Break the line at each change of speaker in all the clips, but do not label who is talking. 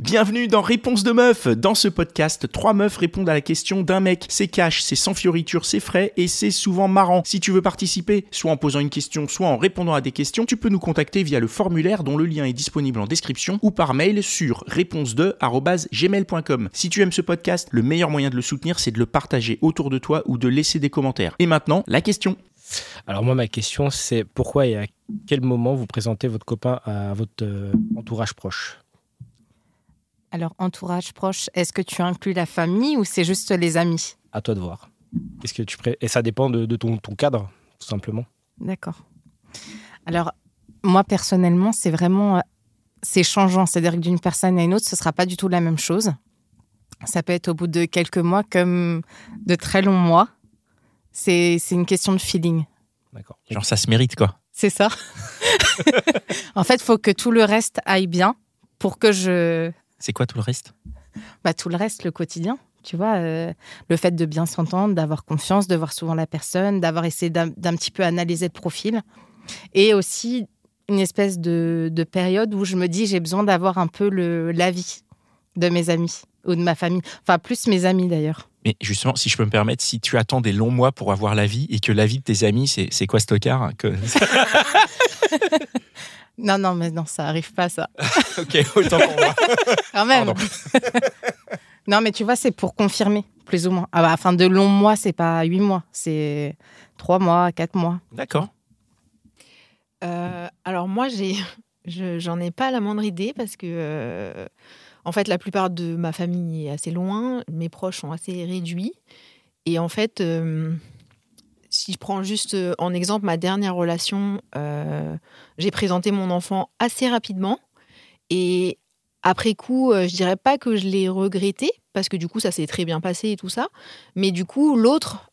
Bienvenue dans Réponse de meuf. Dans ce podcast, trois meufs répondent à la question d'un mec. C'est cash, c'est sans fioriture, c'est frais et c'est souvent marrant. Si tu veux participer, soit en posant une question, soit en répondant à des questions, tu peux nous contacter via le formulaire dont le lien est disponible en description ou par mail sur réponse2@gmail.com. Si tu aimes ce podcast, le meilleur moyen de le soutenir, c'est de le partager autour de toi ou de laisser des commentaires. Et maintenant, la question.
Alors moi, ma question, c'est pourquoi et à quel moment vous présentez votre copain à votre euh, entourage proche
Alors, entourage proche, est-ce que tu inclus la famille ou c'est juste les amis
À toi de voir. Qu'est-ce que tu pré- et ça dépend de, de ton, ton cadre, tout simplement.
D'accord. Alors, moi, personnellement, c'est vraiment. euh, C'est changeant. C'est-à-dire que d'une personne à une autre, ce ne sera pas du tout la même chose. Ça peut être au bout de quelques mois comme de très longs mois. C'est c'est une question de feeling.
D'accord.
Genre ça se mérite quoi.
C'est ça. en fait, il faut que tout le reste aille bien pour que je.
C'est quoi tout le reste
Bah, tout le reste, le quotidien. Tu vois, euh, le fait de bien s'entendre, d'avoir confiance, de voir souvent la personne, d'avoir essayé d'un d'un petit peu analyser le profil. Et aussi une espèce de, de période où je me dis j'ai besoin d'avoir un peu le- l'avis de mes amis ou de ma famille. Enfin, plus mes amis d'ailleurs.
Mais justement, si je peux me permettre, si tu attends des longs mois pour avoir l'avis et que l'avis de tes amis, c'est c'est quoi ce tocard que...
Non, non, mais non, ça arrive pas, ça.
Ok, autant pour moi.
Quand même.
Pardon.
non, mais tu vois, c'est pour confirmer, plus ou moins. Ah bah, enfin, de longs mois, c'est pas huit mois, c'est trois mois, quatre mois.
D'accord.
Euh, alors moi, j'ai, je- j'en ai pas la moindre idée parce que, euh, en fait, la plupart de ma famille est assez loin, mes proches sont assez réduits, et en fait, euh, si je prends juste euh, en exemple ma dernière relation, euh, j'ai présenté mon enfant assez rapidement, et après coup, euh, je dirais pas que je l'ai regretté parce que du coup, ça s'est très bien passé et tout ça, mais du coup, l'autre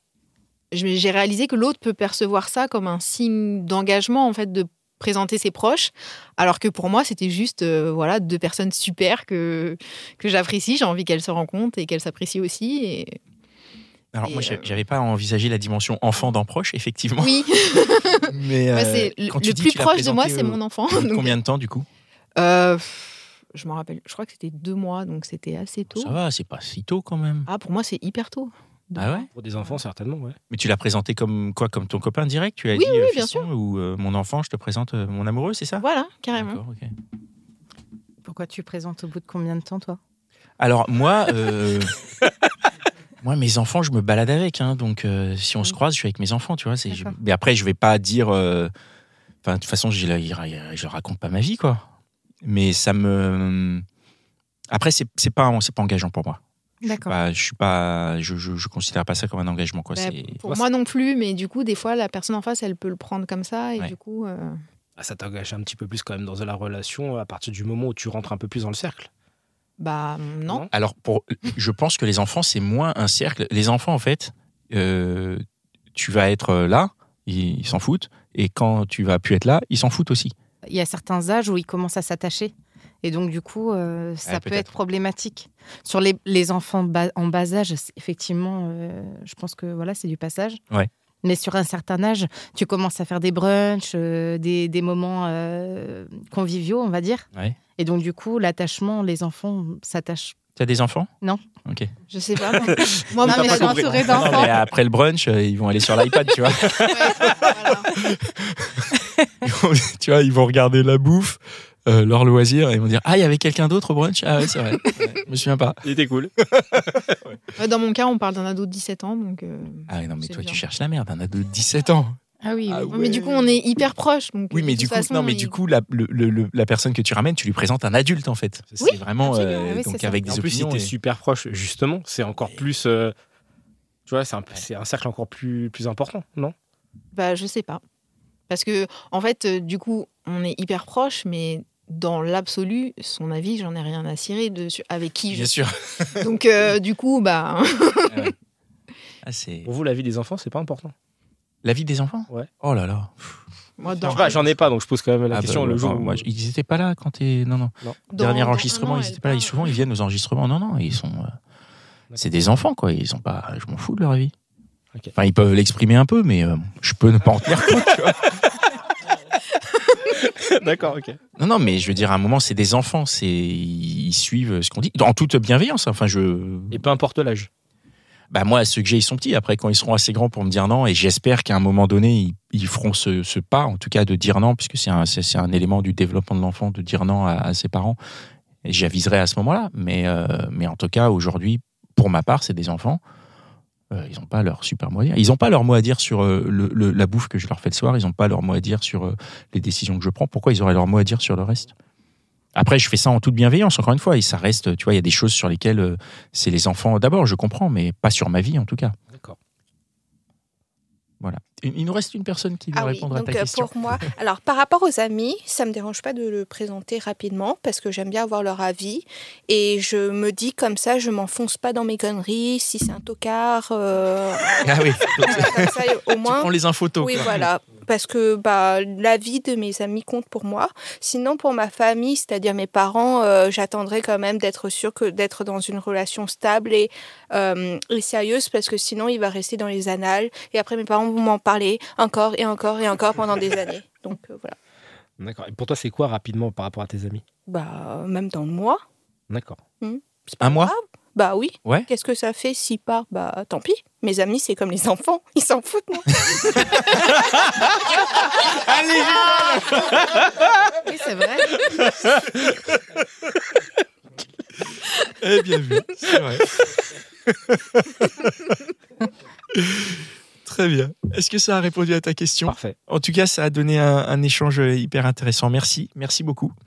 je- j'ai réalisé que l'autre peut percevoir ça comme un signe d'engagement en fait de présenter ses proches alors que pour moi c'était juste euh, voilà deux personnes super que que j'apprécie j'ai envie qu'elles se rencontrent et qu'elles s'apprécient aussi et
Alors
Et,
moi, j'a-
euh,
j'avais pas envisagé la dimension enfant d'en proche, effectivement.
oui
Mais
moi,
euh,
c'est le,
quand tu
le
dis
plus
tu l'as
proche de moi
présenté,
c'est
euh,
mon enfant
au bout de
donc,
Combien de temps du coup
euh, pff, je m'en rappelle je crois que c'était deux mois donc c'était assez tôt
Ça va, c'est pas si tôt quand même.
ah pour moi c'est hyper tôt Deux
Ah
mois.
ouais
Pour des enfants, certainement, ouais.
Mais tu l'as présenté comme quoi Comme ton copain direct Tu as
Oui,
dit,
oui,
euh,
bien
fiston, ou euh, mon enfant, je te présente euh, mon amoureux, c'est ça
voilà carrément
D'accord, ok.
Pourquoi tu présentes au bout de combien de temps, toi
Alors moi, euh, moi mes enfants, je me balade avec. hein. donc euh, si on se
Mm.
Oui.
croise, je suis avec mes enfants, tu vois. c'est- je-
D'accord.
mais après, je vais pas dire. euh, Enfin, de toute façon, je, la- je leur raconte pas ma vie, quoi. Mais ça me. Après, c'est c'est pas c'est pas engageant pour moi.
D'accord.
Bah, je suis pas. Je, je, je considère pas ça comme un engagement, quoi.
Bah,
c'est-
pour moi non plus mais du coup des fois la personne en face elle peut le prendre comme ça et
Ouais.
du coup euh,
Ah, ça t'engage un petit peu plus quand même dans la relation à partir du moment où tu rentres un peu plus dans le cercle.
bah non
Alors, pour, je pense que les enfants, c'est moins un cercle. Les enfants, en fait, euh, tu vas être là, ils ils s'en foutent. Et quand tu vas plus être là, ils s'en foutent aussi.
Il y a certains âges où ils commencent à s'attacher. Et donc, du coup, euh, ça
Ouais,
peut
peut-être.
être problématique. Sur les, les enfants ba- en bas âge, c'est- effectivement, euh, je pense que voilà, c'est du passage.
Ouais.
Mais sur un certain âge, tu commences à faire des brunchs, euh, des, des moments euh, conviviaux, on va dire.
Ouais.
Et donc, du coup, l'attachement, les enfants s'attachent.
Tu as des enfants
je sais pas
Non,
moi, moi mon
mais
avis-
je suis entourée
Non,
d'enfants.
mais après le brunch, euh, ils vont aller sur l'iPad, tu vois.
voilà.
Ils vont- tu vois, ils vont regarder la bouffe, euh, leur loisir, et ils vont dire Ah, il y avait quelqu'un d'autre au brunch Ah, ouais, c'est vrai. Ouais, je me souviens pas.
Il était cool.
Ouais, Dans mon cas, on parle d'un ado de 17 ans, donc. euh,
Ah, ouais, non, mais
C'est
toi,
bien.
tu cherches la merde, un ado de 17 ans.
Ah oui,
Ah
oui.
ouais, Mais du coup, on est hyper proches. Donc, euh,
Oui,
de
mais
toute
du coup,
façon,
non, mais
il-
du coup la, le- le- le- la personne que tu ramènes, tu lui présentes un adulte, en fait.
Oui,
c'est vraiment. euh,
absolument, oui, c'est
donc,
ça.
avec des
en plus, si
opinions.
t'es
et-
super proche, justement, c'est encore plus. euh, tu vois, c'est un, peu- c'est un cercle encore plus, plus important, non
Bah, je sais pas. Parce que, en fait, euh, du coup, on est hyper proches, mais dans l'absolu, son avis, j'en ai rien à cirer de sur- avec qui je
Bien sûr.
Donc, euh, du coup, bah.
Ah, c'est...
Pour vous, la vie des enfants, c'est pas important.
La vie des enfants
Ouais.
Oh là là.
moi,
Je
dans,
sais pas, J'en ai pas, donc je pose quand même la
Ah
question
bah,
le
ouais,
jour.
non,
où-
moi, je- ils étaient pas là quand t'es. Non, non.
dans-
Dernier
dans un
enregistrement,
an,
ils
elle
étaient pas là. Et
part.
souvent, ils viennent aux enregistrements. Non, non, ils sont. euh, C'est des enfants, quoi. Ils sont pas. Je m'en fous de leur avis.
Ok.
Enfin, ils peuvent l'exprimer un peu, mais euh, je peux ne pas en tenir compte. tu vois.
D'accord, ok.
Non, non, mais je veux dire, à un moment, c'est des enfants, c'est ils suivent ce qu'on dit, en toute bienveillance. hein. Enfin, je,
Et peu importe l'âge.
bah moi, ceux que j'ai, ils sont petits. Après, quand ils seront assez grands pour me dire non, et j'espère qu'à un moment donné, ils, ils feront ce, ce pas, en tout cas, de dire non, puisque c'est un, c'est- c'est un élément du développement de l'enfant de dire non à, à ses parents. Et J'aviserai à ce moment-là, mais euh, mais en tout cas, aujourd'hui, pour ma part, c'est des enfants. euh, ils n'ont pas leur super mot à dire. Ils n'ont pas leur mot à dire sur euh, le- le- la bouffe que je leur fais le soir. Ils n'ont pas leur mot à dire sur euh, les décisions que je prends. Pourquoi ils auraient leur mot à dire sur le reste Après, je fais ça en toute bienveillance, encore une fois. Et ça reste, tu vois, il y a des choses sur lesquelles euh, c'est les enfants d'abord, je comprends, mais pas sur ma vie en tout cas.
D'accord.
Voilà. Il il nous reste une personne qui veut
Ah oui,
répondre
donc
à ta
euh,
question.
pour moi, alors par rapport aux amis, ça me dérange pas de le présenter rapidement parce que j'aime bien avoir leur avis et je me dis comme ça, je m'enfonce pas dans mes conneries. Si c'est un tocard, euh,
Ah oui, donc, tu
comme ça, au moins.
prends les infos tôt.
Oui,
quoi.
voilà. Parce que bah, la vie de mes amis compte pour moi. Sinon, pour ma famille, c'est-à-dire mes parents, euh, j'attendrai quand même d'être sûr que d'être dans une relation stable et, euh, et sérieuse, parce que sinon, il va rester dans les annales. Et après, mes parents vont m'en parler encore et encore et encore pendant des années. Donc euh, voilà.
D'accord. Et pour toi, c'est quoi rapidement par rapport à tes amis
Bah, même dans le mois.
D'accord.
c'est pas
Un mois
grave. Bah oui.
Ouais.
Qu'est-ce que ça fait s'il part Bah tant pis. Mes amis, c'est comme les enfants. Ils s'en foutent, moi.
Oui, c'est vrai.
Eh bien vu, c'est vrai. Très bien. Est-ce que ça a répondu à ta question
Parfait.
En tout cas, ça a donné un, un échange hyper intéressant. Merci, merci beaucoup.